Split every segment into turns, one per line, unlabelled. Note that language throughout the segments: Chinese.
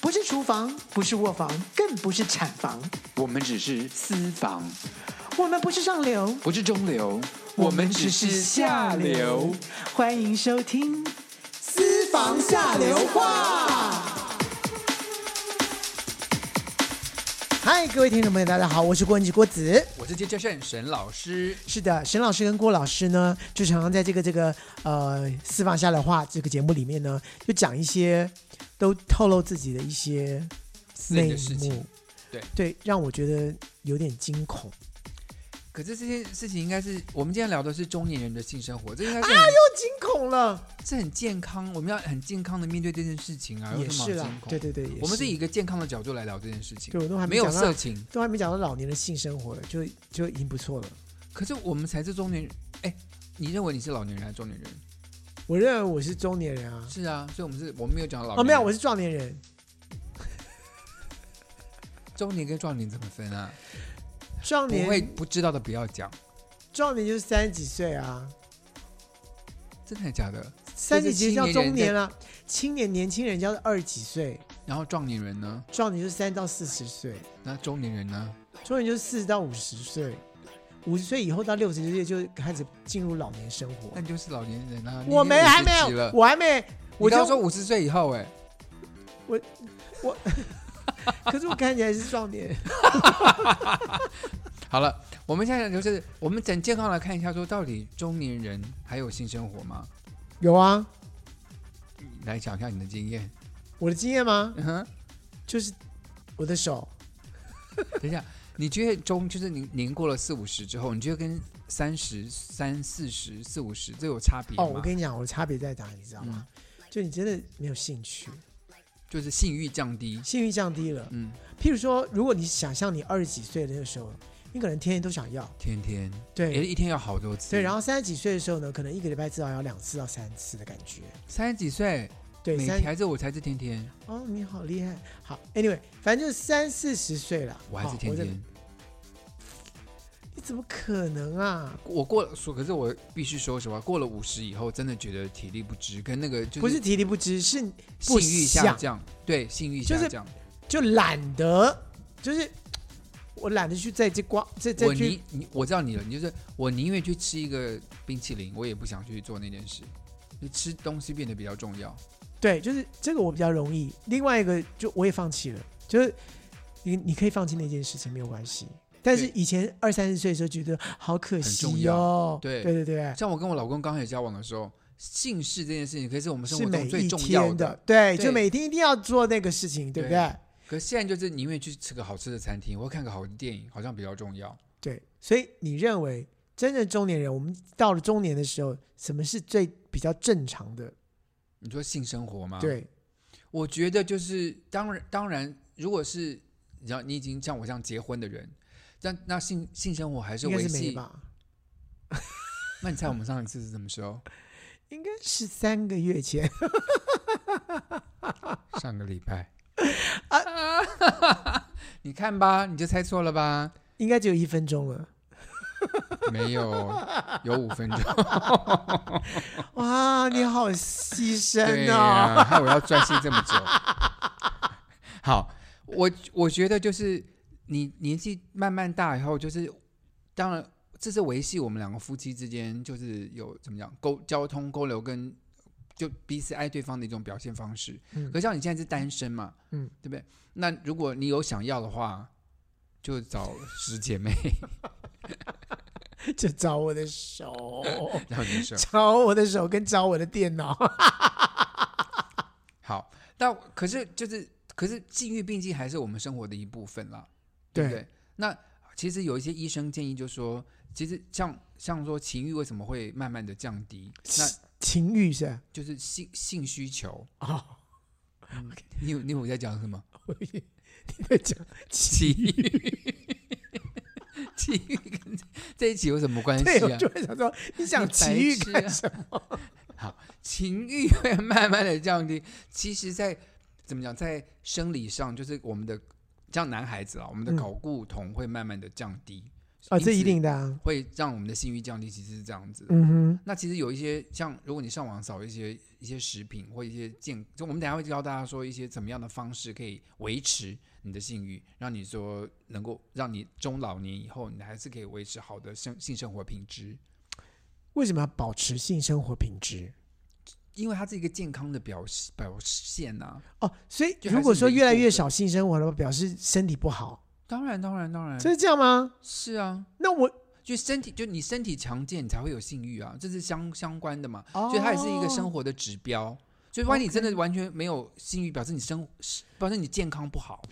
不是厨房，不是卧房，更不是产房，
我们只是私房，
我们不是上流，
不是中流，我们只是下流。。
欢迎收听《私房下流话》。嗨，各位听众朋友，大家好，我是郭文吉郭子。
我是接教训沈老师，
是的，沈老师跟郭老师呢，就常常在这个这个呃“私房下流话”这个节目里面呢，就讲一些都透露自己的一些
私人
内
的事情。
幕，
对
对，让我觉得有点惊恐。
可是这些事情应该是我们今天聊的是中年人的性生活，这应该
啊
是很、
又惊恐了，
这很健康，我们要很健康的面对这件事情啊，
也
有什么好
是啦
惊，恐
对对对，也
我们是
是
以一个健康的角度来聊这件事情
对，我都还没
没有
讲到
色，情。
都还没讲到老年的性生活了，就就已经不错了。
可是我们才是中年人，哎，你认为你是老年人还是中年人？
我认为我是中年人啊，
是啊，所以我们是我们没有讲到老
哦，
年人
没有，我是壮年人。
中年跟壮年怎么分啊？
壮
不会
年，
不知道的不要讲，
壮年就是三十几岁啊，
真的假的？
三十几岁叫中
青年
年啊，青年年轻人叫做二十几岁，
然后壮年人呢？
壮年就是三到四十岁，
那中年人呢？
中年就是四十到五十岁，五十岁以后到六十岁就开始进入老年生活
那。你就是老年人啊！
我没还没
你已经50级
有，
了。
我还没，
我
我
刚
就
说五十岁以后、哎，
可是我看起来是壮年。
好了，我们现在就是我们整健康来看一下，说到底中年人还有性生活吗？
有啊，
来讲一下你的经验。
我的经验吗？
嗯哼，
就是我的手，
等一下，你觉得中就是你年过了四五十之后，你觉得跟三十三四十四五十这有差别吗？嗯
哦，我跟你讲，我的啊差别在哪，你知道吗？就你真的没有兴趣，
就是性欲降低。
性欲降低了。
嗯，
譬如说，如果你想象你二十几岁的那个时候，你可能天天都想要，
天天，也
对
是一天要好多次。
对。然
后
后三十几岁的时候呢，可能一个礼拜至少要两次到三次的感觉。
三十几岁，
对，
每
三
还是我才是天天，
哦，你好厉害。好，anyway，反正就是三四十岁了，
我还
好
是天
哦我在
天。
你怎么可能啊？
我过了说，可是我必须说实话，过了五十以后，真的觉得体力不支，跟那个就
不是体力不支，是
性
不
欲下降，对性欲
就是
下降。
就懒得，就是我懒得去在这光这
我
这去
宁你我知道你了，你就是我宁愿去吃一个冰淇淋，我也不想去做那件事。就吃东西变得比较重要，
对，就是这个我比较容易。另外一个就我也放弃了，就是你你可以放弃那件事情没有关系。但是
对
以前二三十岁的时候觉得好可
重
惜
要
哦，
对
对对对，
像我跟我老公刚开始交往的时候，性事这件事情可以是我们生
是
活
每
中最
一
重要
天
的。
对，
对
就每天一定要做那个事情，对不
对
对？
可是现在就是宁愿去吃个好吃的餐厅，或看个好的电影，好像比较重要。
对，所以你认为真正中年人，我们到了中年的时候，什么是最比较正常的？
你说性生活吗？，
对，
我觉得就是当然当然，如果是你知道你已经像我这样结婚的人，但那性性生活还是
应该
维
是没
系。
吧？
那你猜我们上一次是什么时候？
应该是三个月前
上个礼拜。
啊
你看吧，你就猜错了吧？
应该只有一分钟了。
没有，有五分钟。
哇，你好牺
对
牲
呀、
哦！
害我要专心这么久。 好，我我觉得就是你年纪慢慢大以后，就是当然这是维系我们两个夫妻之间就是有怎么讲沟交通沟流跟就彼此爱对方的一种表现方式。
嗯
可像你现在是单身嘛，
嗯，
对不对？那如果你有想要的话，就找十姐妹
就找我的手，
让你说。
找我的手跟找我的电脑。
好，但可是就是可是性欲毕竟还是我们生活的一部分啦，对不对？那其实有一些医生建议就说，其实像像说情欲为什么会慢慢的降低，那
情欲是吧
就是性性需求。
哦，
嗯你有你有在讲什么？
我以为
哎
你在
啊
讲情
情欲，情欲跟这一起有什么关
对，
系
我
啊
就？会想说你讲
你 白
情欲
痴
干
啊
什么？
情欲会慢慢的降低。其实在，怎么讲，在生理上，就是我们的像男孩子啊，我们的
嗯
睾固酮会慢慢的降低，
啊，
因
这一
此
定的啊，
会让我们的性欲降低，其实是这样子的。
嗯哼，
那其实有一些像，如果你上网扫一些一些食品或一些健，就我们等一下会教大家说一些怎么样的方式可以维持你的性欲，让你说能够让你中老年以后你还是可以维持好的生性生活品质，
为什么要保持性生活品质？
因为它是一个健康的表现表现啊呐、
哦，所以
就还
如果
是
说
每一
越来
部
越
分
少性生活的话，表示身体不好，
当然，当然，当然，
真是这样吗？
是啊，
那我
就身体就你身体强健，你才会有性欲啊，这是相相关的嘛。
哦
所以它也是一个生活的指标。所以万一你真的完全没有性欲，表示你生表示你健康不好，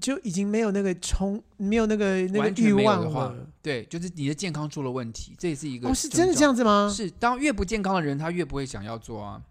就已经没有那个冲，没有那个那个
完
欲
全没有
望
的话
了。，
对，就是你的健康出了问题，这也是一个
哦，是真的
症
这样子吗
状。？是，当越不健康的人，他越不会想要做啊。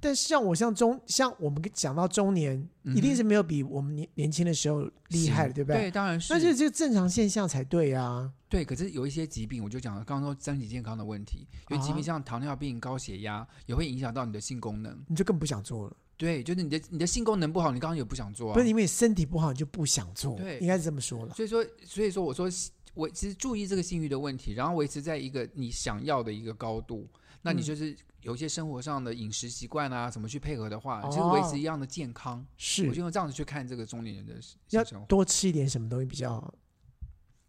但是像我像中像我们讲到中年，一定是没有比我们年年轻的时候厉害的，
嗯是
对不对？
对，当然是。
那就这个正常现象才对啊。
对，可是有一些疾病，我就讲了，刚刚说身体健康的问题，有疾
啊
病像糖尿病、高血压，也会影响到你的性功能。
你就更不想做了，
对，就是你的你的性功能不好，你刚刚也不想做啊。
不是因为身体不好你就不想做，
对
应该是这么说了。
所以说，所以说，我说我其实注意这个性欲的问题，然后维持在一个你想要的一个高度，那
嗯
你就是有一些生活上的饮食习惯啊，怎么去配合的话，
哦
就是维持一样的健康。我
是
就用这样子去看这个中年人的
要
性生活，
多吃一点什么东西比较好？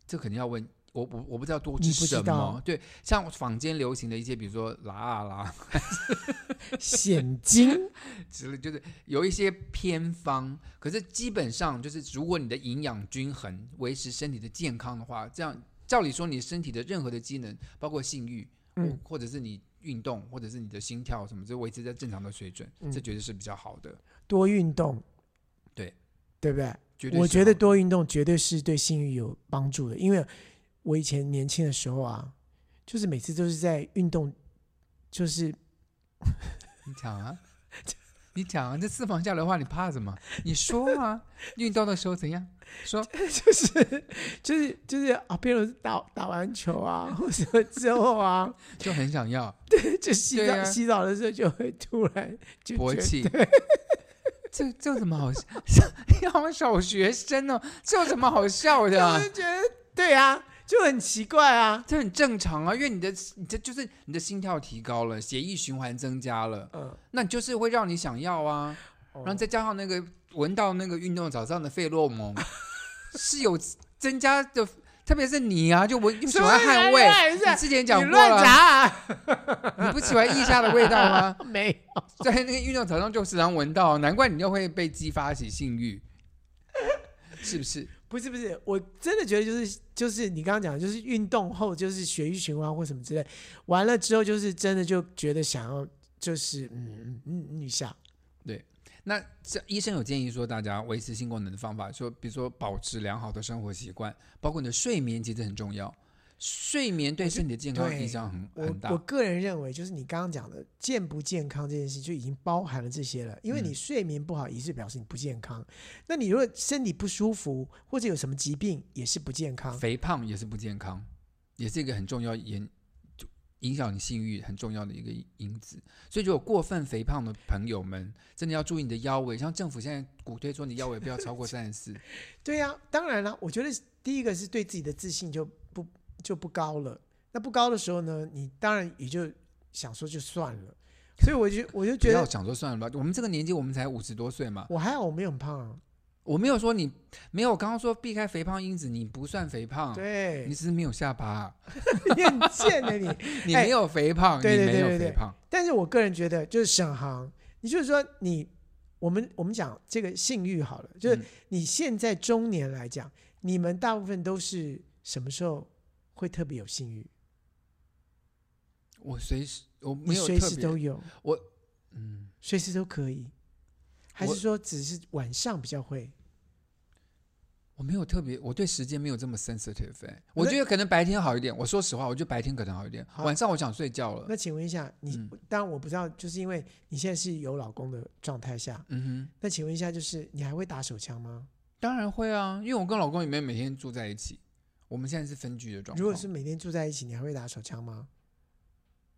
这肯定要问。我我我不知道多
你
吃
不知
什
道
么，对，像坊间流行的一些，比如说啦啊啦
显精
之类，就是有一些偏方。可是基本上就是，如果你的营养均衡，维持身体的健康的话，这样照理说，你身体的任何的机能，包括性欲，
嗯
嗯，或者是你运动，或者是你的心跳什么，就维持在正常的水准，
嗯
这绝对是比较好的，
多运动，
对
对不对？
绝对是好的。
我觉得多运动绝对是对性欲有帮助的，因为我以前年轻的时候啊，就是每次都是在运动，就是
你讲啊，你讲啊，这私房下流话，你怕什么？你说啊，运动的时候怎样？说
就是就是就是啊，譬如打打完球啊， 或者之后啊，
就很想要
就洗
对
澡、
啊
洗澡的时候就会突然就
勃
觉得
起。这这有什么好笑？ 要小学生哦，这有什么好笑的、啊
我？就觉得对啊，就很奇怪啊。
这很正常啊，因为你的你这就是你的心跳提高了，血液循环增加了，
嗯，哦
那你就是会让你想要啊。然后再加上那个闻到那个运动早上的费洛蒙，是有增加的，特别是你啊，就闻就喜欢汗味。你
味
之前
你
讲过
乱
了，
砸、啊，
你不喜欢腋下的味道吗？
没
在那个运动早上就时常闻到，难怪你就会被激发起性欲，是不是？
不是不是，我真的觉得就是就是你刚刚讲，的，就是运动后就是血液循环或什么之类，完了之后就是真的就觉得想要就是嗯嗯嗯一下，
那这医生有建议说，大家维持性功能的方法，说比如说保持良好的生活习惯，包括你的睡眠，其实很重要。睡眠对身体的健康
对
影响很
我
很大
我。个人认为就是你刚刚讲的健不健康这件事就已经包含了这些了，因为你
嗯
睡眠不好也是表示你不健康，那你如果身体不舒服或者有什么疾病也是不健康，
肥胖也是不健康，也是一个很重要影就影响你性欲很重要的一个因子。所以，如果过分肥胖的朋友们，真的要注意你的腰围。像政府现在鼓推说，你腰围不要超过三十四。
对呀、当然了，我觉得第一个是对自己的自信就不就不高了。那不高的时候呢，你当然也就想说就算了。所以我就我就
不
觉
要
得嗯
想说算了吧，我们这个年纪，我们才五十多岁嘛。
我还好，我没有很胖啊。
我没有说你没有，我刚刚说避开肥胖因子，你不算肥胖，
对
啊
哎
你，只是没有下巴，
你很贱的你。
你
哎
没有肥胖，
对对
你没有
对对对
肥胖。
但是我个人觉得，就是沈航，你就是说你，我们我们讲这个性欲好了，就是
嗯
你现在中年来讲，你们大部分都是什么时候会特别有性欲？
我随时我
你
没有
随
特
时都
别，
有，
嗯，
随时都可以，还是
我
说只是晚上比较会？
我没有特别，我对时间没有这么 sensitive 哎、
那
我觉得可能白天好一点。我说实话，我觉得白天可能好一点。
好
晚上我想睡觉了。
那请问一下，你、
嗯
当然我不知道，就是因为你现在是有老公的状态下，
嗯哼，
那请问一下，就是你还会打手枪吗？
当然会啊，因为我跟老公也没有每天住在一起，我们现在是分居的状况。
如果是每天住在一起，你还会打手枪吗？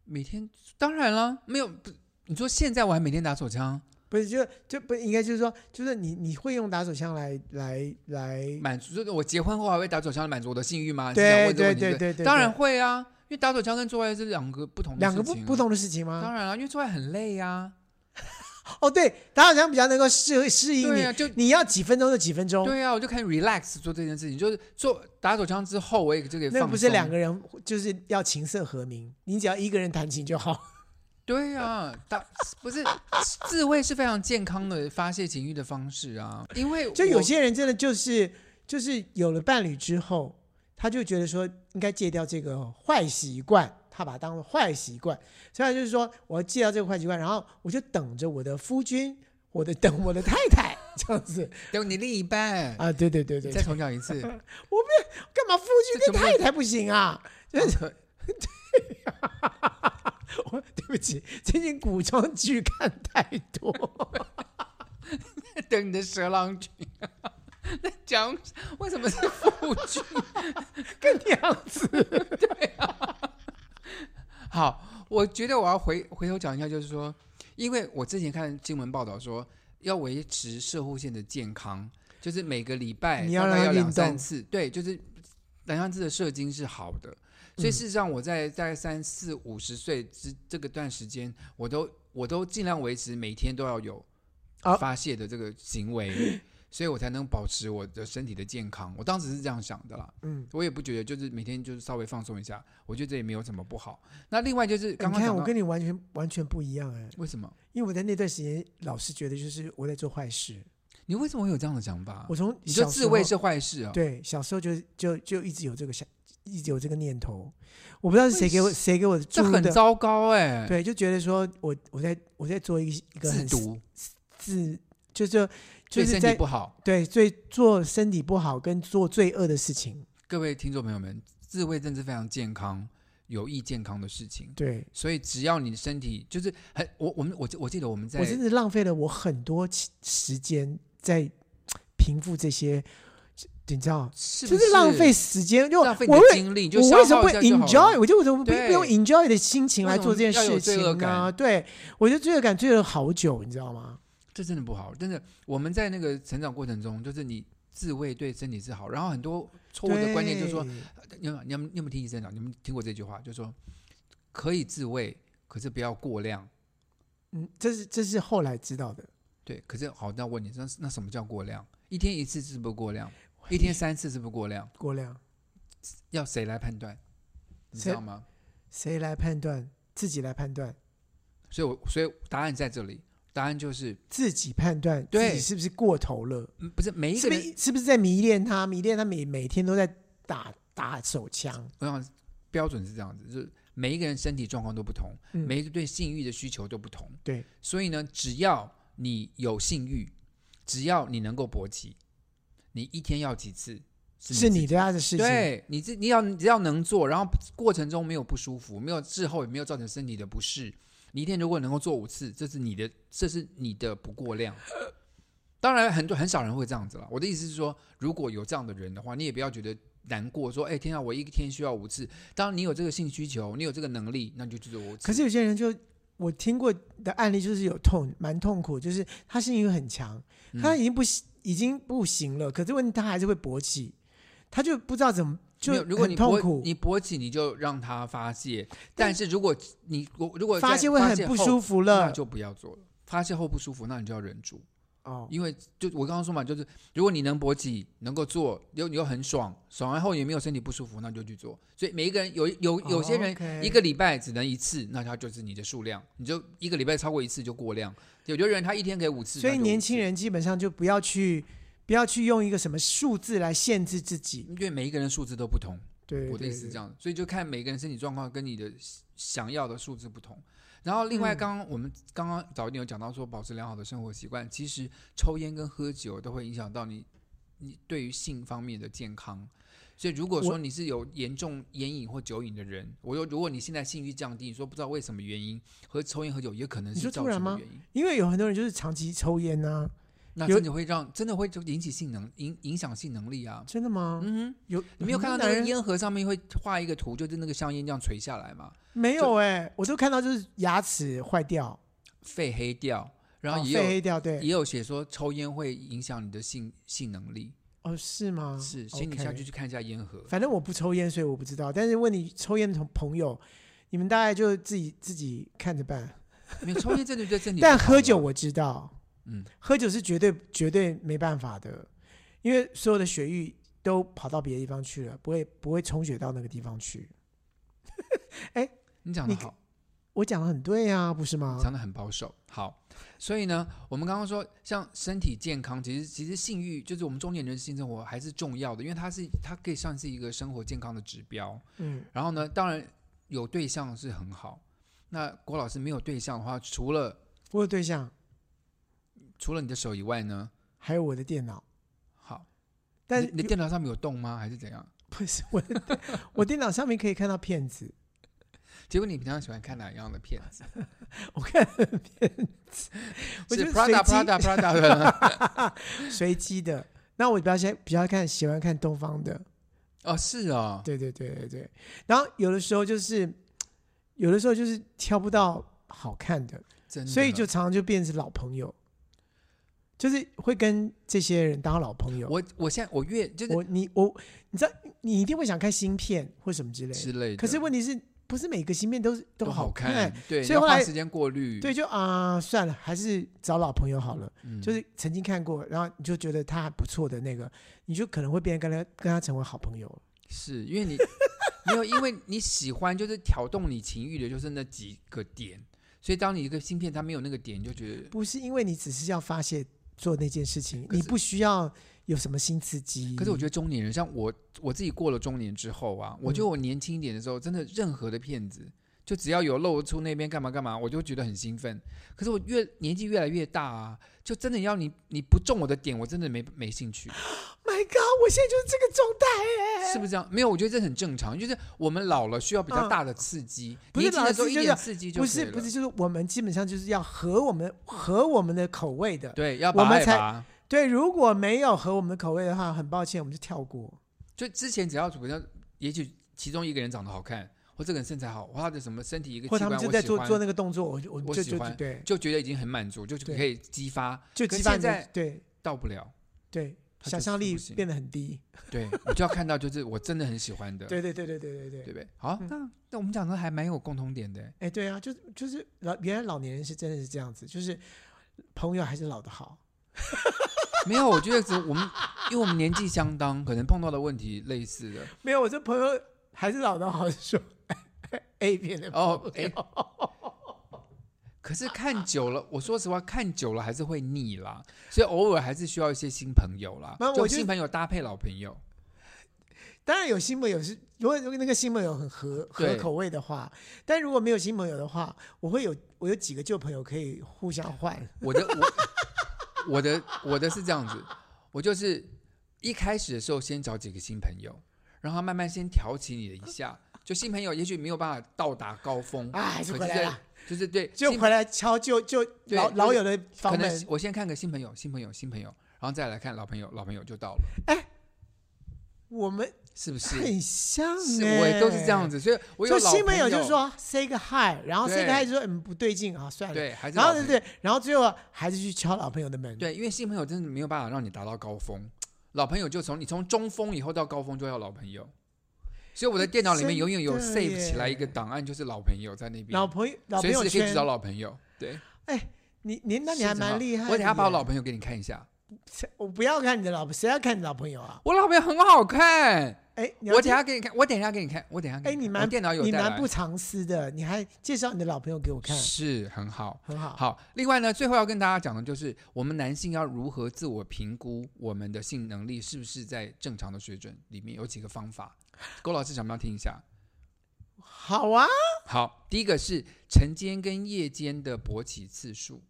每天，当然了，没有不，你说现在我还每天打手枪，
不是就就不应该就是说，就是你你会用打手枪来来来，
满足，就是我结婚后还会打手枪来满足我的性欲吗？你是想
对
问这
对
个问题
对
不
对对，
当然会啊，因为打手枪跟做爱是两个不同的
两
事
个不
情啊
不。同的事情吗
当？然了，因为做爱很累啊，
哦，对，打手枪比较能够适适应
对
你，
啊，就
你要几分钟就几分钟，
对啊，我就可以 relax 做这件事情，就是做打手枪之后，我也就可以放
那
松。
不是两个人就是要琴瑟和鸣，你只要一个人弹琴就 好。
对啊，打不是自慰是非常健康的发泄情欲的方式啊，因为
就有
我
些人真的就是就是有了伴侣之后，他就觉得说应该戒掉这个坏习惯，他把它当做坏习惯，所以他就是说我要戒掉这个坏习惯，然后我就等着我的夫君，我的等我的太太这样子
等你另一半，
啊，对对对对，
再
对
重讲一次，
干嘛夫
这
君跟
怎么
太太不行啊？这
可
我对不起，最近古装剧看太 多，
等你的蛇郎君。 在讲为什么是夫君？
跟娘子
好，我觉得我要回回头讲一下，就是说，因为我之前看新闻报道说，要维持射护线的健康，就是每个礼拜
你要
大概
让它
要
运
两三
动
次，对，就是两三次的射精是好的。
嗯
所以事实上，我在大概三四五十岁之这个段时间，我都我都尽量维持每天都要有
啊
发泄的这个行为，所以我才能保持我的身体的健康。我当时是这样想的啦，
嗯，
我也不觉得就是每天就是稍微放松一下，我觉得这也没有什么不好。那另外就是刚刚
哎你看
讲到
我跟你完全完全不一样哎、
为什么？
因为我在那段时间老是觉得就是我在做坏事，
你为什么会有这样的想法
我？从
啊你说
小时
自
候
慰是坏事啊、
对小时候就就就一直有这个想，一直有这个念头，我不知道是谁给我
为什
谁给我
这
注入
很
的，
糟糕哎、
对，就觉得说我我在我在做一个一个
自
很
毒
自就是就
对
是
身
在
体不好。
对最做身体不好跟做罪恶的事情，
各位听众朋友们，自慰真是非常健康、有益健康的事情。
对
所以只要你的身体就是很我我们我记我记得我们在
我真的浪费了我很多时时间在平复这些，你知道，
是
就
不
是
是
浪费时间，就
浪费你的
我为
精力，你就
我为什
消
么
耗
会
一下就好了
enjoy？我就我怎么不
对
不用 enjoy 的心情来做这件
为
事
什么要有罪恶
情呢？
感
对，我就罪恶感罪了好久，你知道吗？
这真的不好。真的，我们在那个成长过程中，就是你自慰对身体是好，然后很多错误的观念就是说，
对，
你有你有你有没有听医生讲？你有没有听过这句话？就是说可以自慰，可是不要过量。
嗯，这是这是后来知道的，
对，可是好，那我问你，那那什么叫过量？一天一次是不是过量？一天三次是不是过量？
过量，
要谁来判断？你知
谁
道吗？
谁来判断？自己来判断，
所以我，所以答案在这里。答案就是，
自己判断自
对
己是不是过头了，
嗯不是每一
是
个
不
人，
是是不是在迷恋他？迷恋他每每天都在打打手枪，
我想标准是这样子，就是每一个人身体状况都不同，
嗯
每一个对性欲的需求都不同。
对，
所以呢，只要你有性欲，只要你能够勃起，你一天要几次
是
自己
你对他的事情，
对，你自你要你只要能做，然后过程中没有不舒服，没有事后也没有造成身体的不适，你一天如果能够做五次，这是你的这是你的不过量。当然，很多很少人会这样子了。我的意思是说，如果有这样的人的话，你也不要觉得难过，说哎，天啊，我一天需要五次。当然，你有这个性需求，你有这个能力，那你就去做五次。
可是有些人就我听过的案例，就是有痛，蛮痛苦，就是他性欲很强，
嗯
他已经不行已经不行了，可是问题他还是会勃起，他就不知道怎么就
没有如果你
很痛
勃
苦，
你勃起，你就让它发泄。
但
但是如果你我如果
发
在
现会很
泄
不
后
舒服
那
了。
就不要做了。发泄后不舒服，那你就要忍住。
哦，
因为就我刚刚说嘛，就是如果你能勃起，能够做，又你又很爽，爽完后也没有身体不舒服，那你就去做。所以每一个人有有有些人
哦 OK
一个礼拜只能一次，那他就是你的数量，你就一个礼拜超过一次就过量。有的人他一天给五次，
所以
那就五
年轻
次，
人基本上就不要去不要去用一个什么数字来限制自己。
因为每一个人数字都不同，
对
我的意思是这。样，所以就看每个人身体状况跟你的想要的数字不同。然后另外，
嗯
刚刚我们刚刚早一点有讲到说，保持良好的生活习惯，其实抽烟跟喝酒都会影响到你你对于性方面的健康。所以如果说
我
你是有严重烟瘾或酒瘾的人，我说如果你现在性欲降低，你说不知道为什么原因和抽烟喝酒也可能
你说
是造
突然
成
吗
的原因，
因为有很多人就是长期抽烟啊呐、
那
有
真的会让真的会就引起性能影影响性能力啊。
真的吗？
嗯哼，
有
你没有看到
很
那个
多男人
烟盒上面会画一个图，就是那个香烟这样垂下来吗？
没欸
就
有哎、我都看到就是牙齿坏掉，
肺黑掉，然后
哦
也
肺
有、
黑掉，对，
也有写说抽烟会影响你的性性能力，
哦，是吗？
是，请你
OK
下去去看一下烟盒。
反正我不抽烟，所以我不知道。但是问你抽烟的同朋友，你们大概就自己自己看着办。
没有抽烟真的对身体不好
但
啊，
喝酒我知道，
嗯，
喝酒是绝对绝对没办法的，因为所有的血液都跑到别的地方去了，不会不会充血到那个地方去。
你讲的
你
好，
我讲的很对啊，不是吗？
讲的很保守。好，所以呢，我们刚刚说，像身体健康，其实其实性欲就是我们中年人性生活还是重要的，因为它是它可以算是一个生活健康的指标。
嗯，
然后呢，当然有对象是很好。那郭老师没有对象的话，除了
我有对象，
除了你的手以外呢？
还有我的电脑，
好，
但
你你的电脑上面有动吗？还是怎样？
不是 我的，我电脑 上面可以看到骗子，
结果你平常喜欢看哪样的片
啊
子？
我看到骗子，我
是
就是
Prada
随
Prada Prada 的
机随机的。那我比较先比较看喜欢看东方的，
哦，是哦，
对对对对对。然后有的时候就是，有的时候就是挑不到好看的，
真的，
所以就常常就变成老朋友，就是会跟这些人当老朋友。
我我现在我越就是
我你我你知道你一定会想看新片或什么之类的，
之类的，
可是问题是不是每个新片都是
都
都好
看，对，
所以
要
后
花
来
时间过滤，
对，，就啊、算了，还是找老朋友好了。
嗯
就是曾经看过，然后你就觉得他还不错的那个，你就可能会变得跟他跟他成为好朋友了。
是因为你没有，因为你喜欢就是挑动你情欲的，就是那几个点，所以当你一个芯片它没有那个点，你就觉得。
不是因为你只是要发泄做那件事情，
可
你
是
不需要有什么新刺激。
可是我觉得中年人，像我我自己过了中年之后啊，
嗯
我觉得我年轻一点的时候，真的任何的骗子，就只要有露出那边干嘛干嘛，我就觉得很兴奋。可是我越年纪越来越大啊，就真的要你你不中我的点，我真的没没兴趣。
My God，我现在就是这个状态。
是不是这样？没有，我觉得这很正常，就是我们老了需要比较大的刺激。
嗯不是
年轻的时候
老了
一
就是
点刺激就
不
可以
是
了
不是，，就是我们基本上就是要合我们合我们的口味的。
对，要
我
拔
们
爱
才
拔。
对，如果没有合我们的口味的话，很抱歉，我们就跳过。
就之前只要比较，也许其中一个人长得好看，或这个人身材好，或他的什么身体一个
或
器
他
官，
们就
我
在做
喜欢
做那个动作，我就我
我
就
喜
就
欢
对，
就觉得已经很满足，就
对
可以激发，
就
可
激
是
发
现
你的
在
对
到不 了。
对，
他
想
就是
象力
不行
变得很低。
对，我就要看到就是我真的很喜欢的，
对对对对对对
对
对。
不对？好，
嗯
那那我们讲的还蛮有共同点的，
哎，对啊，就就是老原来老年人是真的是这样子，就是朋友还是老的好。
没有？我觉得只 我们因为我们年纪相当，可能碰到的问题类 似的。
没有，我这朋友还是老的好，是说 A 片的
哦
朋友
可是看久了，我说实话，看久了还是会腻啦，所以偶尔还是需要一些新朋友啦
没有。我
就
觉得
新朋友搭配老朋友，
当然有新朋友是，如果如果那个新朋友很合合
对
口味的话，但如果没有新朋友的话，我会有我有几个旧朋友可以互相换。
我的我我的我的是这样子，我就是一开始的时候先找几个新朋友，然后慢慢先挑起你的一下，就新朋友也许没有办法到达高峰，
哎，还
可
是
是
回来
在
了，
就是对，
就
新
回来敲旧旧
对
老
就是
老友的
可
房
能
门。
我先看个新朋友，新朋友，新朋友，然后再来看老朋友，老朋友就到了，
我们
是不是？
很像、欸，
是，我也都是这样
子。
子，所以我有
就
老
新
朋
友就是说 say 个 hi，然后 say 个
对
hi 就说嗯不对劲啊，算了。
对，还是
然
老
后
朋
对
友
对，然后最后还是去敲老朋友的门。
对，因为新朋友真的没有办法让你达到高峰，老朋友就从你从中峰以后到高峰就要老朋友，所以我的电脑里面
真
永远有
的
save 起来一个
耶
档案，就是老朋友在那边，
老朋友老朋
随
友
时可以去
圈
找，老朋友。对，
你你那你
是
还
这样
蛮厉害的耶。
我等下把我老朋友给你看一下，
谁我不要看你的老，谁要看你老朋友啊？
我老朋友很好看，
哎，你要
我
去
等下给你看，我等下给你看，我等下给
哎
看
你
我
蛮
电脑有
你
带
蛮
来
不藏私的，你还介绍你的老朋友给我看，
是很好。
很好。
好，另外呢，最后要跟大家讲的就是，我们男性要如何自我评估我们的性能力是不是在正常的水准里面，有几个 方法。郭老师想不想听一下？
好啊，
好，第一个是晨间跟夜间的勃起次数。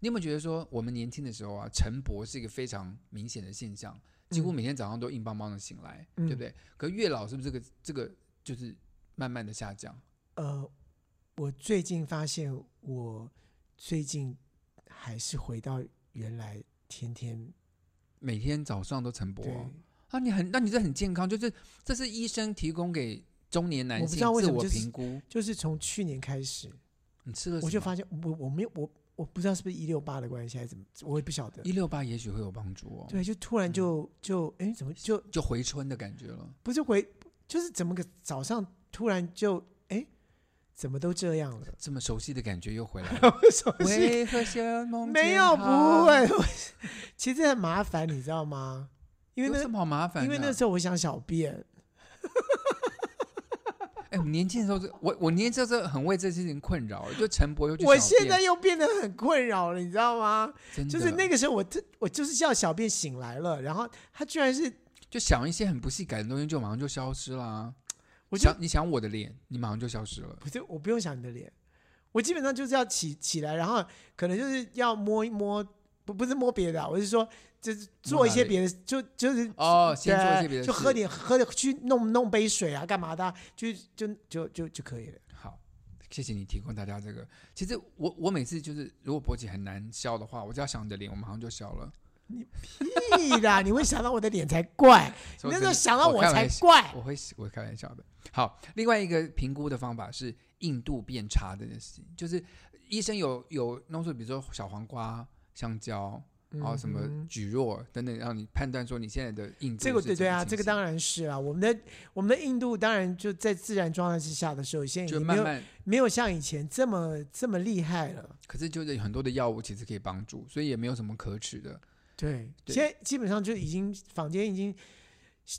你有没有觉得说，我们年轻的时候啊，晨勃是一个非常明显的现象，几乎
嗯
每天早上都硬邦邦的醒来，
嗯
对不对？可越老是不是这个这个就是慢慢的下降？
呃，我最近发现我最近还是回到原来天天
每天早上都晨勃
对，
哦、啊，你很，那你这很健康，就是这是医生提供给中年男
我不
性
知道为
自
什么
我
就是
评估，
就是从去年开始，
你吃了什么？
我就发现我我没有我我不知道是不是一六八的关系还是怎么，我也不晓得。
一六八也许会有帮助哦，
对，就突然就就哎，怎么就
就回春的感觉了。
不是回，就是怎么个早上突然就哎，怎么都这样 了？
这么熟悉的感觉又 回来了，
我手机
为何像梦见
没有不
他，
会，我 其实很麻烦，你知道吗？因为
有
那
什么好麻烦的？啊
因为那时候我想小便，
哎，我年轻的时候是，我我年轻的时候很为这件事情困扰，就陈柏又去小
我
便，
现在又变得很困扰了，你知道吗？
真的
就是那个时候我特我就是叫小便醒来了，然后他居然是
就想一些很不细改的东西，就马上就消失啦、
我就
想你想我的脸，你马上就消失了。
不是我不用想你的脸，我基本上就是要起起来，然后可能就是要摸一摸，不不是摸别的、啊，我是说就是做一些别的，就就是。
哦，先做一些别的
对
事，
就喝点喝点去弄弄杯水啊，干嘛的啊、就就就就就可以了。
好，谢谢你提供大家这个。其实我我每次就是，如果勃起很难消的话，我只要想你的脸，我马上就消了。
屁啦！你会想到我的脸才 怪，你
所以
那
真
时
的
候想到
我开
才
玩笑
怪。
我会我开玩笑的。好，另外一个评估的方法是硬度变差这件事情，就是医生有有弄出，比如说小黄瓜、香蕉，然哦后什么
嗯
蒟蒻等等，让你判断说你现在的硬度
这个
是
对对
怎么
啊，
情
这个
形
当然是啊。我们的我们的硬度当然就在自然状态之下的时候，现在已
就
经没有
慢慢，
没有像以前这么这么厉害了。
可是就是有很多的药物其实可以帮助，所以也没有什么可取的，
对，
对
现在基本上就已经坊间已经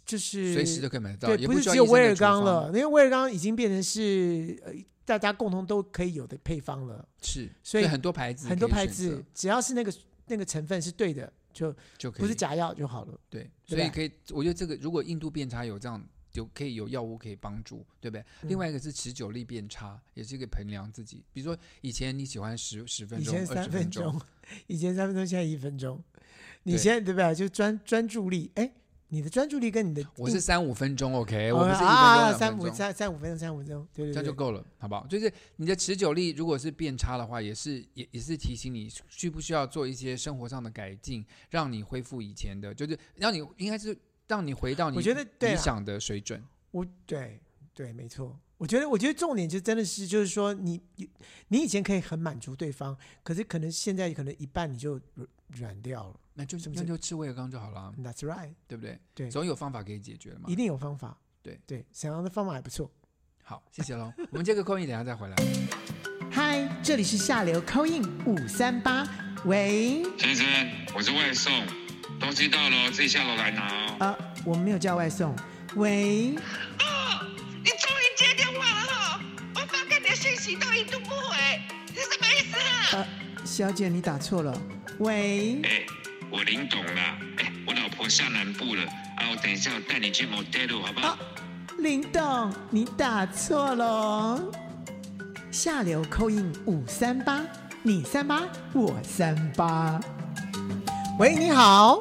就是
随时都可以买得到，
对，
也
不是
需要
只有
医生的
威尔刚
处方
了，。因为威尔刚已经变成是呃大家共同都可以有的配方了，
是，
所
所
以
以很多牌子
很多
可以
牌
选择
子只要是那个那个成分是对的，就
就可以
不是假药就好了。
对，
对
所以
吧
可以，我觉得这个如果硬度变差有这样，就可以有药物可以帮助，对不对？
嗯
另外一个是持久力变差，也是一个衡量自己。比如说以前你喜欢十十分
以
钟、
前
二
三
十分
分钟， 以前三分钟，现在一分钟。你
对
现在对不对？就专专注力，哎，你的专注力跟你的
我是三五分钟，OK，、
哦
我不是一分钟、
啊，
两
三
分
五
钟，
三三五分钟，三五分钟，对
这
对
样就
对，
够了，好不好？就是你的持久力如果是变差的话，也是也也是提醒你需不需要做一些生活上的改进，让你恢复以前的，就是让你应该是让你回到你
我觉得对
理
啊
想的水准。
我对对，没错。我觉得，我觉得重点就真的是，就是说你，你你以前可以很满足对方，可是可能现在可能一半你就软软掉了。
那就是是
不
那
是
就吃威尔刚就好了，啊
That's right，
对不对？
对
总有方法可以解决嘛。
一定有方法。
对
对，想要的方法还不错。
好，谢谢喽。我们这个扣音等一下再回来。
嗨，这里是下流 c i n 五三八，喂，
先生，我是外送，东西到了哦自己下楼来拿哦。
呃，我们没有叫外送，喂，
哦，你终于接电话了哈、我发给你的讯息都一度不回，是什么意思啊？
呃，小姐你打错了，喂，
哎、我林董啦，哎、我老婆下南部了，啊，我等一下我带你去 motel 好不好？
啊林董，你打错了哦。下流扣印五三八，你三八，我三八。喂，你好，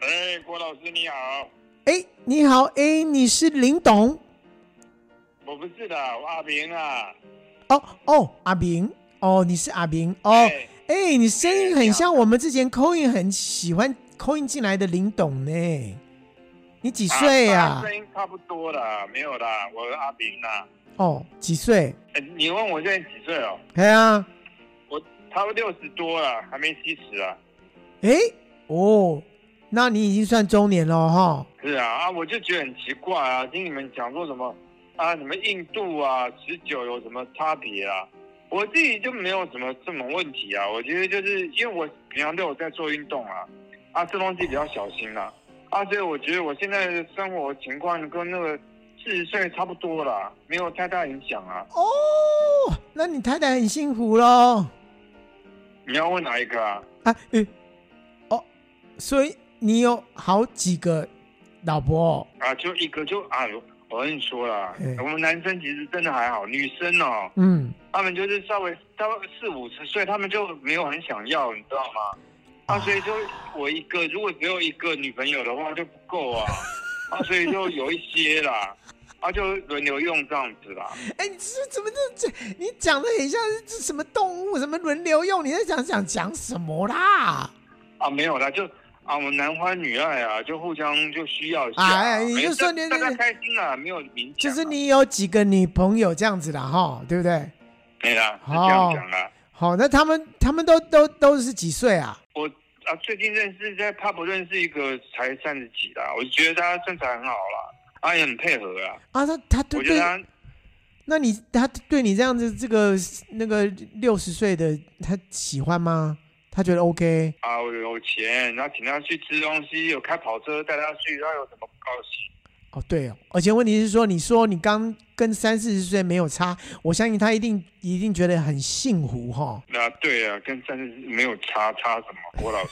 哎，郭老师你好，
哎，你好，哎，你是林董？
我不是的，我阿明啊。
哦哦，阿明，哦，你是阿明，哦，
哎
哎，你声音很像我们之前扣印很喜欢扣印进来的林董呢。你几岁
啊
呀、
声音差不多啦，没有啦，我是阿明啦。
哦，几岁？
哎，你问我现在几岁哦？
哎呀，
我差不多六十多了，还没七十啊。
哎，哦，那你已经算中年了哈。
是啊，啊，我就觉得很奇怪啊，听你们讲说什么啊，你们硬度啊、持久有什么差别啊？我自己就没有什么这种问题啊，我觉得就是因为我平常都有在做运动啊，啊，这东西比较小心啦、啊，所以我觉得我现在的生活情况跟那个四十岁差不多啦，没有太大影响啊。
哦，那你太太很幸福喽
你要问哪一个啊？
啊！诶哦，所以你有好几个老婆、哦？
啊，就一个就啊，我跟你说啦
嗯，
我们男生其实真的还好，女生哦，
嗯，
他们就是稍微稍微四五十岁，他们就没有很想要，你知道吗？啊，所以就我一个，如果只有一个女朋友的话就不够啊，啊，所以就有一些啦，啊，就轮流用这样子啦。
哎，你这怎么这这？你讲的很像是这什么动物，什么轮流用？你在讲讲讲什么啦？
啊，没有啦，就啊，我们男欢女爱啊，就互相就需要一下、
哎你就
没事
说你
大家开心啊，没有明
就是你有几个女朋友这样子的哈，对不对？
没啦，是这样讲啦。
哦，好，那他们他们都都都是几岁啊？
我啊，最近认识在 pub 认识一个才三十几啦，我觉得他身材很好啦，他也很配合啦。
啊，他他对
我觉得
对，
他
那你他对你这样子这个那个六十岁的他喜欢吗？他觉得 OK？
啊，我有钱，然后请他去吃东西，有开跑车带他去，他有什么不高兴？
哦，对哦，而且问题是说，你说你刚跟三四十岁没有差，我相信他一定一定觉得很幸福哈、
那对啊，跟三十没有差差什么？郭老师，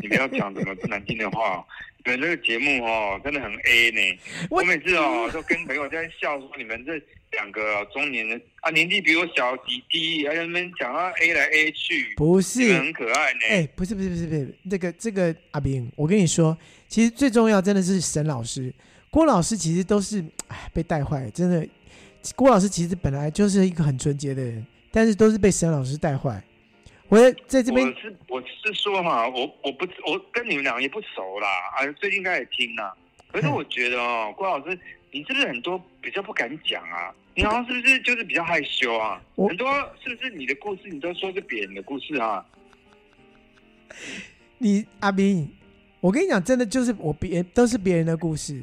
你不要讲什么难听的话哦。你们这个节目哦，真的很 A 呢。
我
我每次哦，都跟朋友在笑说，你们这两个中年人啊，年纪比我小几滴，还有们讲到 A 来 A 去，
不
你们
是？
很可爱呢。
哎、不是不是不是不是，这个这个阿斌，我跟你说，其实最重要真的是沈老师、郭老师，其实都是哎被带坏了，真的。郭老师其实本来就是一个很纯洁的人，但是都是被沈老师带坏。我在在这
我
边
是我是说嘛，我我不我跟你们俩也不熟啦，啊，最近开始听啦。可是我觉得哦，郭老师，你是不是很多比较不敢讲啊？你好像是不是就是比较害羞啊？
我
很多是不是你的故事你都说是别人的故事啊？
你阿斌，我跟你讲，真的就是我别都是别人的故事，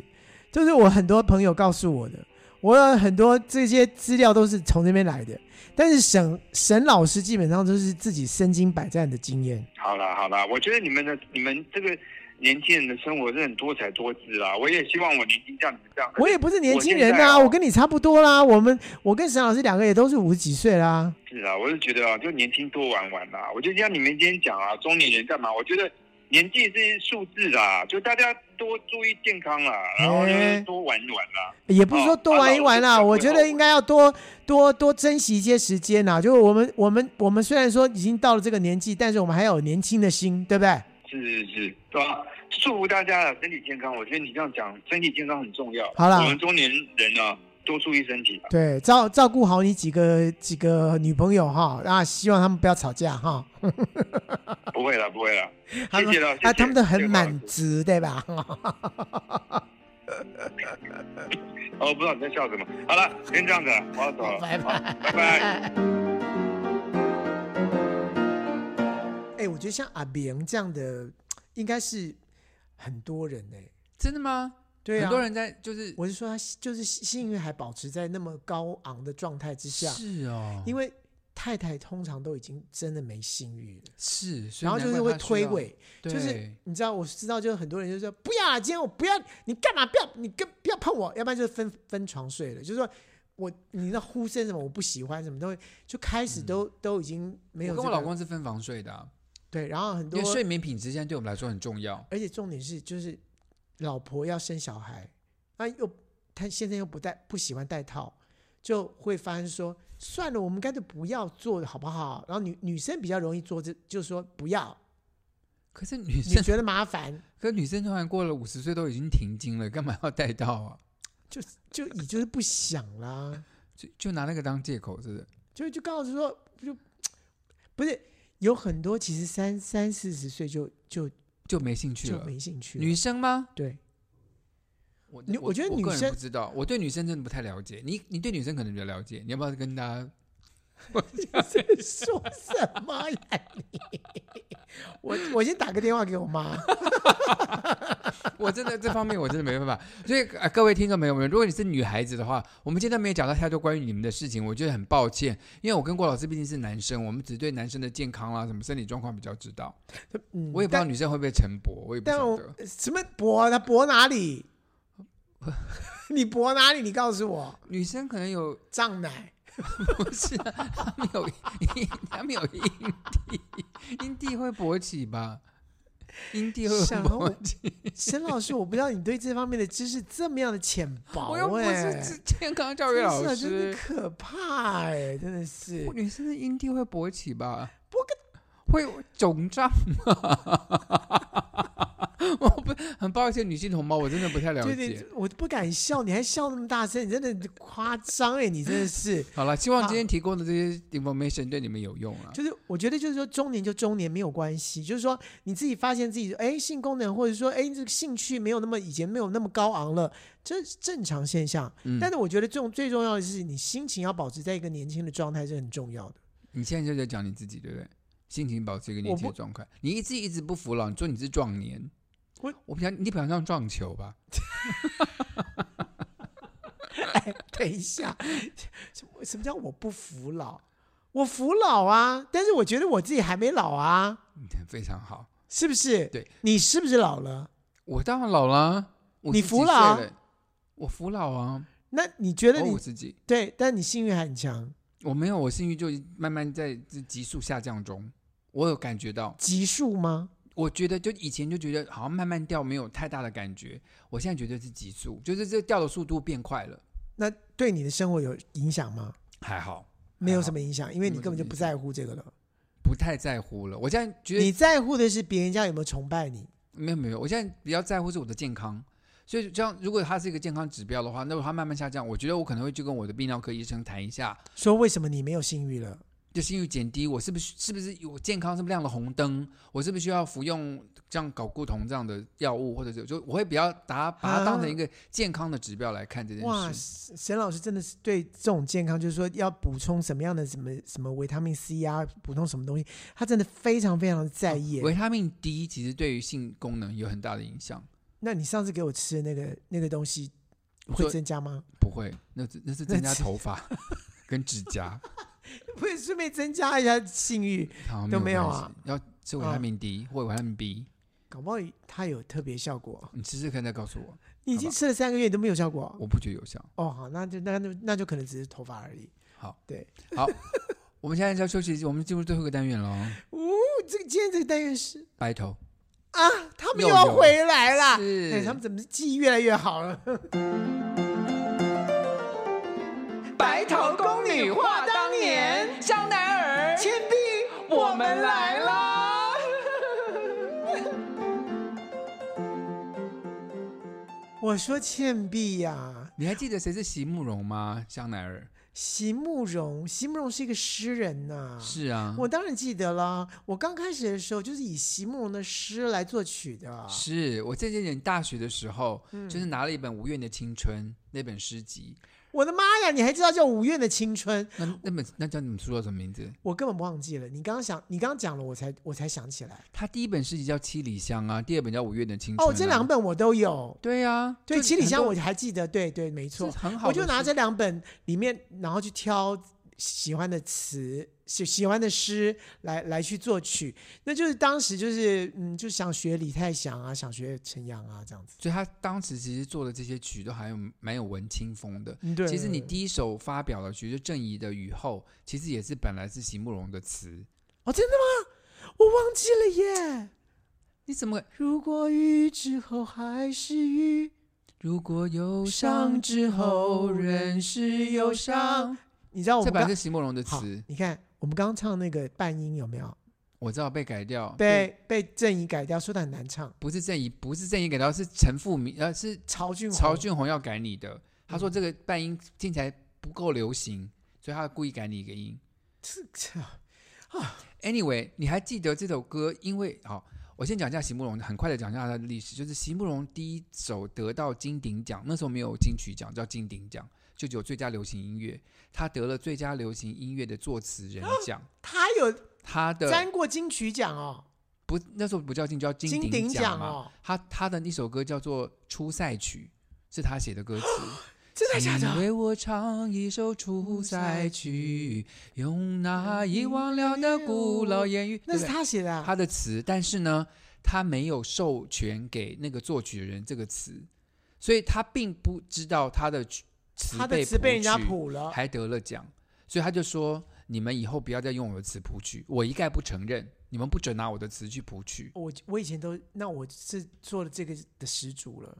就是我很多朋友告诉我的，我有很多这些资料都是从这边来的。但是沈沈老师基本上都是自己身经百战的经验。
好啦好啦，我觉得你们的你们这个年轻人的生活是很多彩多姿啦。我也希望我年轻像你们这样。
我也不是年轻人
我现
呐、
在
啊，
哦
我跟你差不多啦。我们我跟沈老师两个也都是五十几岁啦。
是啊，我是觉得啊，就年轻多玩玩啊啦。我就像你们今天讲啊，中年人干嘛？我觉得年纪是数字啦，就大家多注意健康啦，然后就是多玩一玩啊啦。
也不是说多玩一玩啦，
哦啊那
我
我
觉
就
得应该要多多多珍惜一些时间呐。就我们我们我们虽然说已经到了这个年纪，但是我们还有年轻的心，对不对？
是是是，对吧？祝福大家啊，身体健康。我觉得你这样讲，身体健康很重要。
好啦
我们中年人啊，多注意身体 吧。
对，照照顾好你几个几个女朋友哈，啊，希望他们不要吵架哈。
啊不会啦，不会啦，
他们
谢谢了谢
啊，
谢
他们都很
谢谢
满足，对吧？
哦，我不知道你在笑什么。好了，先这样子啊，我要走了，
拜
好拜拜。
哎、我觉得像阿明这样的，应该是很多人哎、
真的吗？
对啊，
很多人在就是
我是说他就是幸运还保持在那么高昂的状态之下，
是哦，
因
为
为太太通常都已经真的没性欲了，
是，所以
然后就是
难怪
会
他需
推
要，
诿，
对
就是你知道我知道，就是很多人就说不要啊，今天我不要你干嘛不要你跟不要碰我，要不然就是分分床睡了，就是说。我你那呼声什么，我不喜欢什么东西，就开始都、都已经没有、
嗯我
这
跟
个
我老公是分房睡的啊、
对，然后很
因
多
为睡眠品质现在对我们来说很重要。
而且重点是，就是老婆要生小孩，那又她现在又不戴，不喜欢戴套，就会发生说，算了，我们干脆不要做了，好不好？然后女女生比较容易做这，就是说不 要，
可是女
你
生，
觉得麻烦，
可是女生突然过了五十岁都已经停经了，干嘛要带到啊？
就就你就是不想啦，
就就拿那个当借口，是不是？
就就告诉说，就不是有很多其实三三四十岁就就
就没兴趣
就
了。
没兴趣了
女生吗？
对，
我
女我觉得
我
女
个人
生
不知道，我对女生真的不太了解。你你对女生可能比较了解，你要不要跟大家？
在说什么呀你？ 我我先打个电话给我妈。
我真的这方面我真的没办法。所以、呃、各位听众朋友们，如果你是女孩子的话，我们今天没有讲到太多关于你们的事情，我觉得很抱歉，因为我跟郭老师毕竟是男生，我们只对男生的健康啊啦、什么身体状况比较知道。
嗯
我也不知道女生会不会晨勃，我也不
但
晓
我
得。
什么博？他博哪 里？ 你博哪里？你告诉我，
女生可能有
胀奶。
不是、啊，她们有她们有阴蒂，阴蒂会勃起吧？阴蒂会
想要我
勃起。
沈老师，我不知道你对这方面的知识这么样的浅薄、哎，
我又不是自健康教育老
真是啊真
师
的，可怕哎、真的是
女生的阴蒂会勃起吧？
不
会肿胀吗？ 我不很抱歉，女性同胞，我真的不太了
对
解
对。，我都不敢笑，你还笑那么大声，你真的夸张哎，你真的 是。
好了，希望今天提供的这些 information 对你们有用啊。
就是我觉得就是说中年就中年没有关系，就是说你自己发现自己哎性功能或者说哎这个兴趣没有那么以前没有那么高昂了，这是正常现象。
嗯
但是我觉得这种最重要的是你心情要保持在一个年轻的状态是很重要的。
你现在就在讲你自己，对不对？心情保持一个年轻
我
的
不
状态，你一直一直不服老，你说你是壮年，
我
我想你比较像撞球吧？
等一下， 什么什么叫我不服老？我服老啊，但是我觉得我自己还没老啊，
你看嗯非常好，
是不是？
对，
你是不是老了？
我当然老了，我
你
十
服
几
老啊
岁了，我服老啊，
那你觉得
我
你、
我自己，
对，但你性欲还很强，
我没有，我性欲就慢慢在这急速下降中，我有感觉到，
级数吗？
我觉得就以前就觉得好像慢慢掉没有太大的感觉，我现在觉得是急速，就是这掉的速度变快了，
那对你的生活有影响吗？
还好
没有什
么
么影响，因为你
没有
根本就
什么
不
影
在乎这个了。
不太在乎了，我现在觉得
你在乎的是别人家有没有崇拜你。
没有没有，我现在比较在乎是我的健康，所以这样如果它是一个健康指标的话，那如果它慢慢下降，我觉得我可能会去跟我的泌尿科医生谈一下，
说为什么你没有性欲了？
就是因为减低，我是不是是不是有健康是不是亮了红灯，我是不是需要服用像睾固酮这样的药物，或者是就我会比较把它把它当成一个健康的指标来看这件
哇，
事。
沈沈老师真的是对这种健康，就是说要补充什么样的什么什么维他命 C 啊，补充什么东西，他真的非常非常的在意耶。
维他命 D 其实对于性功能有很大的影响，
那你上次给我吃的那个那个东西
我
会
说
增加吗？
不会，那是那是增加
那是
头发跟指甲，
不是顺便增加一下性欲，
好像
都没
没
有
关
啊
系，要吃维
啊
他命 D 或维他命 B，
搞不好它有特别效果。
你吃吃看再告诉我。
你已经吃了三个月，你都没有效果。
我不觉得有效。
哦，好，那就那就那就可能只是头发而已。
好，
对，
好，我们现在要休息，我们进入最后一个单元喽。
哦这个今天这个单元是
白头，
啊，他们又
又
要
有
回来啦。
是
哎，他们怎么记忆越来越好了？
白头宫女话当年，香奈儿、倩碧，我们来啦！
我说倩碧呀、
你还记得谁是席慕容吗？香奈儿
席慕容，席慕容是一个诗人呐、
是啊，
我当然记得了。我刚开始的时候就是以席慕容的诗来作曲的。
是我这些年大学的时候，
嗯
就是拿了一本《无怨的青春》那本诗集，
我的妈呀，你还知道叫《五月的青春》？
那那本那叫你们书叫什么名字？
我根本忘记了。你刚刚想，你刚刚讲了，我才我才想起来。
他第一本诗集叫《七里香》啊，第二本叫《五月的青春》
哦，这两
本
本我都有。
对啊，
对，
就
七里
很
香
多
我还记得，对对，没错
是。很好的
我
诗，
就拿这两本里面，然后去挑喜欢的词、喜喜欢的诗来来去作曲。那就是当时就是嗯，就想学李泰祥啊，想学陈扬啊这样子。
所以他当时其实做的这些曲都还有蛮有文青风的。
嗯对
其实你第一首发表的曲就郑怡的《雨后》，其实也是本来是席慕容的词。
哦，真的吗？我忘记了耶。
你怎么会？
如果雨之后还是雨，
如果忧伤之后仍是忧伤，
你知道哦我
这
们
本来
刚
是席慕容的
好
词，，
你看我们刚刚唱那个半音有没有
我知道被改掉，对，
被被郑怡改掉，说的很难唱。
不是郑怡，不是郑怡改掉，是陈富明，呃，是
曹俊宏嗯
曹俊宏要改你的。他说这个半音听起来不够流行，所以他故意改你一个音。
这
Anyway，你还记得这首歌？因为好，我先讲一下席慕容，很快的讲一下他的历史。就是席慕容第一首得到金鼎奖，那时候没有金曲奖，叫金鼎奖，就只有最佳流行音乐。他得了最佳流行音乐的作词 人奖。
他有
他的
沾过金曲奖哦，
不那时候不叫金曲，叫
金
金
鼎
鼎啊
奖
嘛。
哦
他他的一首歌叫做《出塞曲》，是他写的歌词。
真的假
请
的？
为我唱一首《出塞曲》，用那已忘了的古老言语。
那
对不
是
对
他写的、啊，
他的词，但是呢，他没有授权给那个作曲人这个词，所以他并不知道他的曲词
他的
被
词被人家
谱
谱了
曲，还得了奖，所以他就说：“你们以后不要再用我的词谱曲，我一概不承认，你们不准拿我的词去谱曲。
我我以前都，那我是做了这个的始祖了。”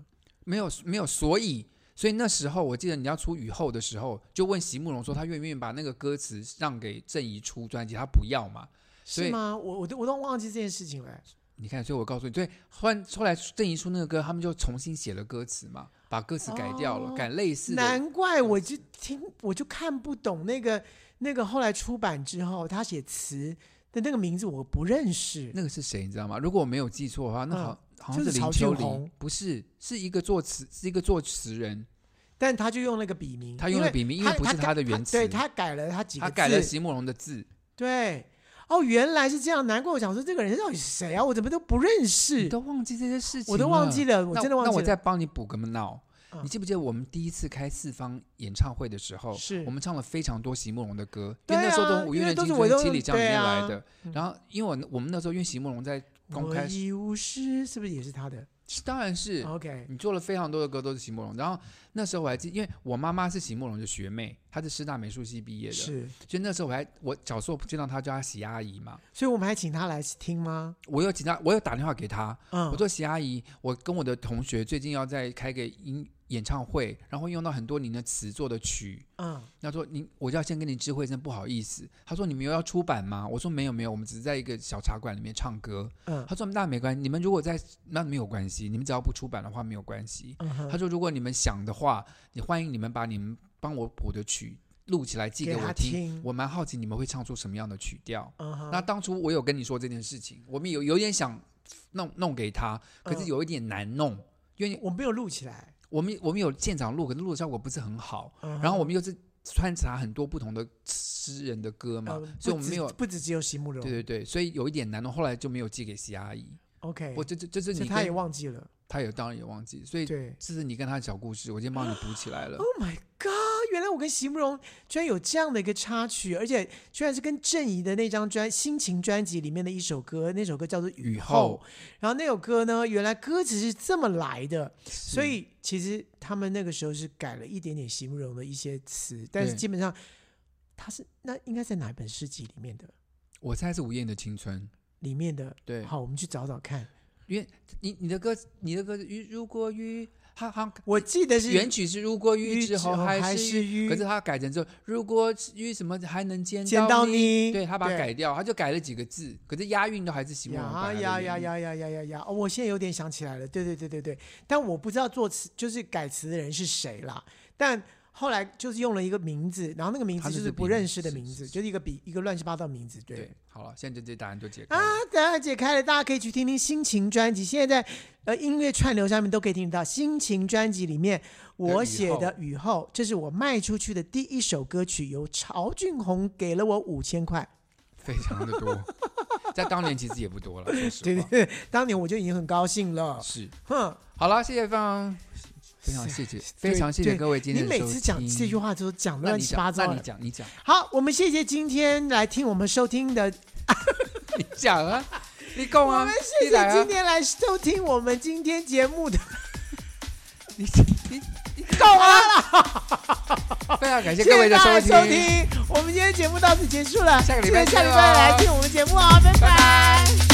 没有，没有，所以。所以那时候，我记得你要出雨后的时候，就问席慕容说他愿不愿意把那个歌词让给郑怡出专辑，他不要嘛？所以
是吗？我我都我都忘记这件事情了。
你看，所以我告诉你，对，后来后来郑怡出那个歌，他们就重新写了歌词嘛，把歌词改掉了，
哦
改类似的。
难怪我就听我就看不懂那个那个后来出版之后他写词的那个名字我不认识。
那个是谁，你知道吗？如果我没有记错的话，那
嗯
好、好像
就是
林
曹
秋
俊宏
离，不是，是一个作词，是一个作词人，
但他就用那个笔名，
他用了笔名因为
他
不是
他
他的
改
原
对
词
他改了他几个
他
字，
改了席慕容的字，
对，哦，原来是这样，难怪我想说这个人到底是谁啊？我怎么都不认
你
识，
都忘记这些事情，
我都忘记
了，
了，我
那
真的忘
那
记
我再
了。
帮你补个闹
啊。
你记不记得我们第一次开四方演唱会的时候，
是
我们唱了非常多席慕容的歌，
对
因为那时候
啊
都五月
因为
的
都
青
是我
春
都
七里江里
对
面
啊
来的。
嗯
然后，因为我我们那时候因为席慕容在公
我
开，
一无是，是不是也是他的
是当然是
？OK，
你做了非常多的歌都是席慕容，然后那时候我还记，因为我妈妈是席慕容的学妹，她是师大美术系毕业的，
是，
所以那时候我还我小时候见到她叫她席阿姨嘛，
所以我们还请他来听吗？
我有请她，我有打电话给她，
嗯，
我说席阿姨，我跟我的同学最近要在开个音演唱会，然后用到很多您的词做的曲，
嗯，
她说您我就要先跟您知会一声不好意思，她说你们有要出版吗？我说没有没有，我们只是在一个小茶馆里面唱歌，
嗯
她说那没关系，你们如果在那没有关系，你们只要不出版的话没有关系，
嗯哼，
他说：“如果你们想的话，也欢迎你们把你们帮我谱的曲录起来寄
给
我
他
听。
听
我蛮好奇你们会唱出什么样的曲调。
嗯哼，
那当初我有跟你说这件事情，我们有有点想弄弄给他，可是
嗯
有一点难弄，因为
我没有录起来，
我们我们有现场录，可是录的效果不是很好。
嗯哼
然后我们又是穿插很多不同的诗人的歌嘛，
呃不
所以我们
止
没有。”
不止只有席慕容，
对对对，所以有一点难弄，后来就没有寄给西阿姨。
o k
我这这这是
所
你
以他也
跟
忘记了。
他也当然也忘记，所以
对
这是你跟他的小故事，我先帮你补起来了。
Oh my god！原来我跟席慕容居然有这样的一个插曲，而且居然是跟郑怡的那张专心情专辑里面的一首歌，那首歌叫做《雨
雨
后
后》。
然后那首歌呢，原来歌词是这么来的，
所
所以其实他们那个时候是改了一点点席慕容的一些词，但是
对
基本上他是那应该在哪一本诗集里面的？
我猜是午夜你的青春。
里面的
对，
好，我们去找找看。
因为你你的歌，你的歌是如如果雨，哈哈，
我记得是
原曲是如果
雨
雨之
之
后
后还
还
是
是
雨
雨，可是他改成之后，如果雨什么还能见
见到你
你，对他把它
对
改掉，他就改了几个字，可是押韵都还是习惯
呀呀呀呀呀呀呀呀！哦，我现在有点想起来了，对对对对对，但我不知道作词就是改词的人是谁啦。但后来就是用了一个名字，然后那个名字
他
就
就是是
不
别人
认识的
是
名
是
字，
是
就是一个比一个乱七八糟的名字。对
对，好了，现在这这答案就解开
啊
了。，
等下解开了，大家可以去听听《心情》专辑，现在在呃音乐串流上面都可以听得到。《心情》专辑里面我写的《雨后》，这是我卖出去的第一首歌曲，由曹俊宏给了我五千块。
非常的 多，在当年其实也不多了，说
对
实
对
话
对，当年我就已经很高兴了。
是。
哼。
好了，谢谢非常非常谢谢非常谢
对
谢
对
各位今天
你
的
每
收
次讲
听
这句，话都讲
那
乱
你
七八
讲，
糟
那你
的。
讲，你讲，
好，我们谢谢今天来听我们收听的，
你讲 啊，你讲
我
啊，
们谢
你来
谢
啊
今天来收听我们今天节目的，
你你你够了！非常感谢各位的
谢谢
收
大家收
听。
听。我们今天节目到此结束了，
下个礼拜
记得下礼
见
拜
哦
来听我们节目哦，拜
拜拜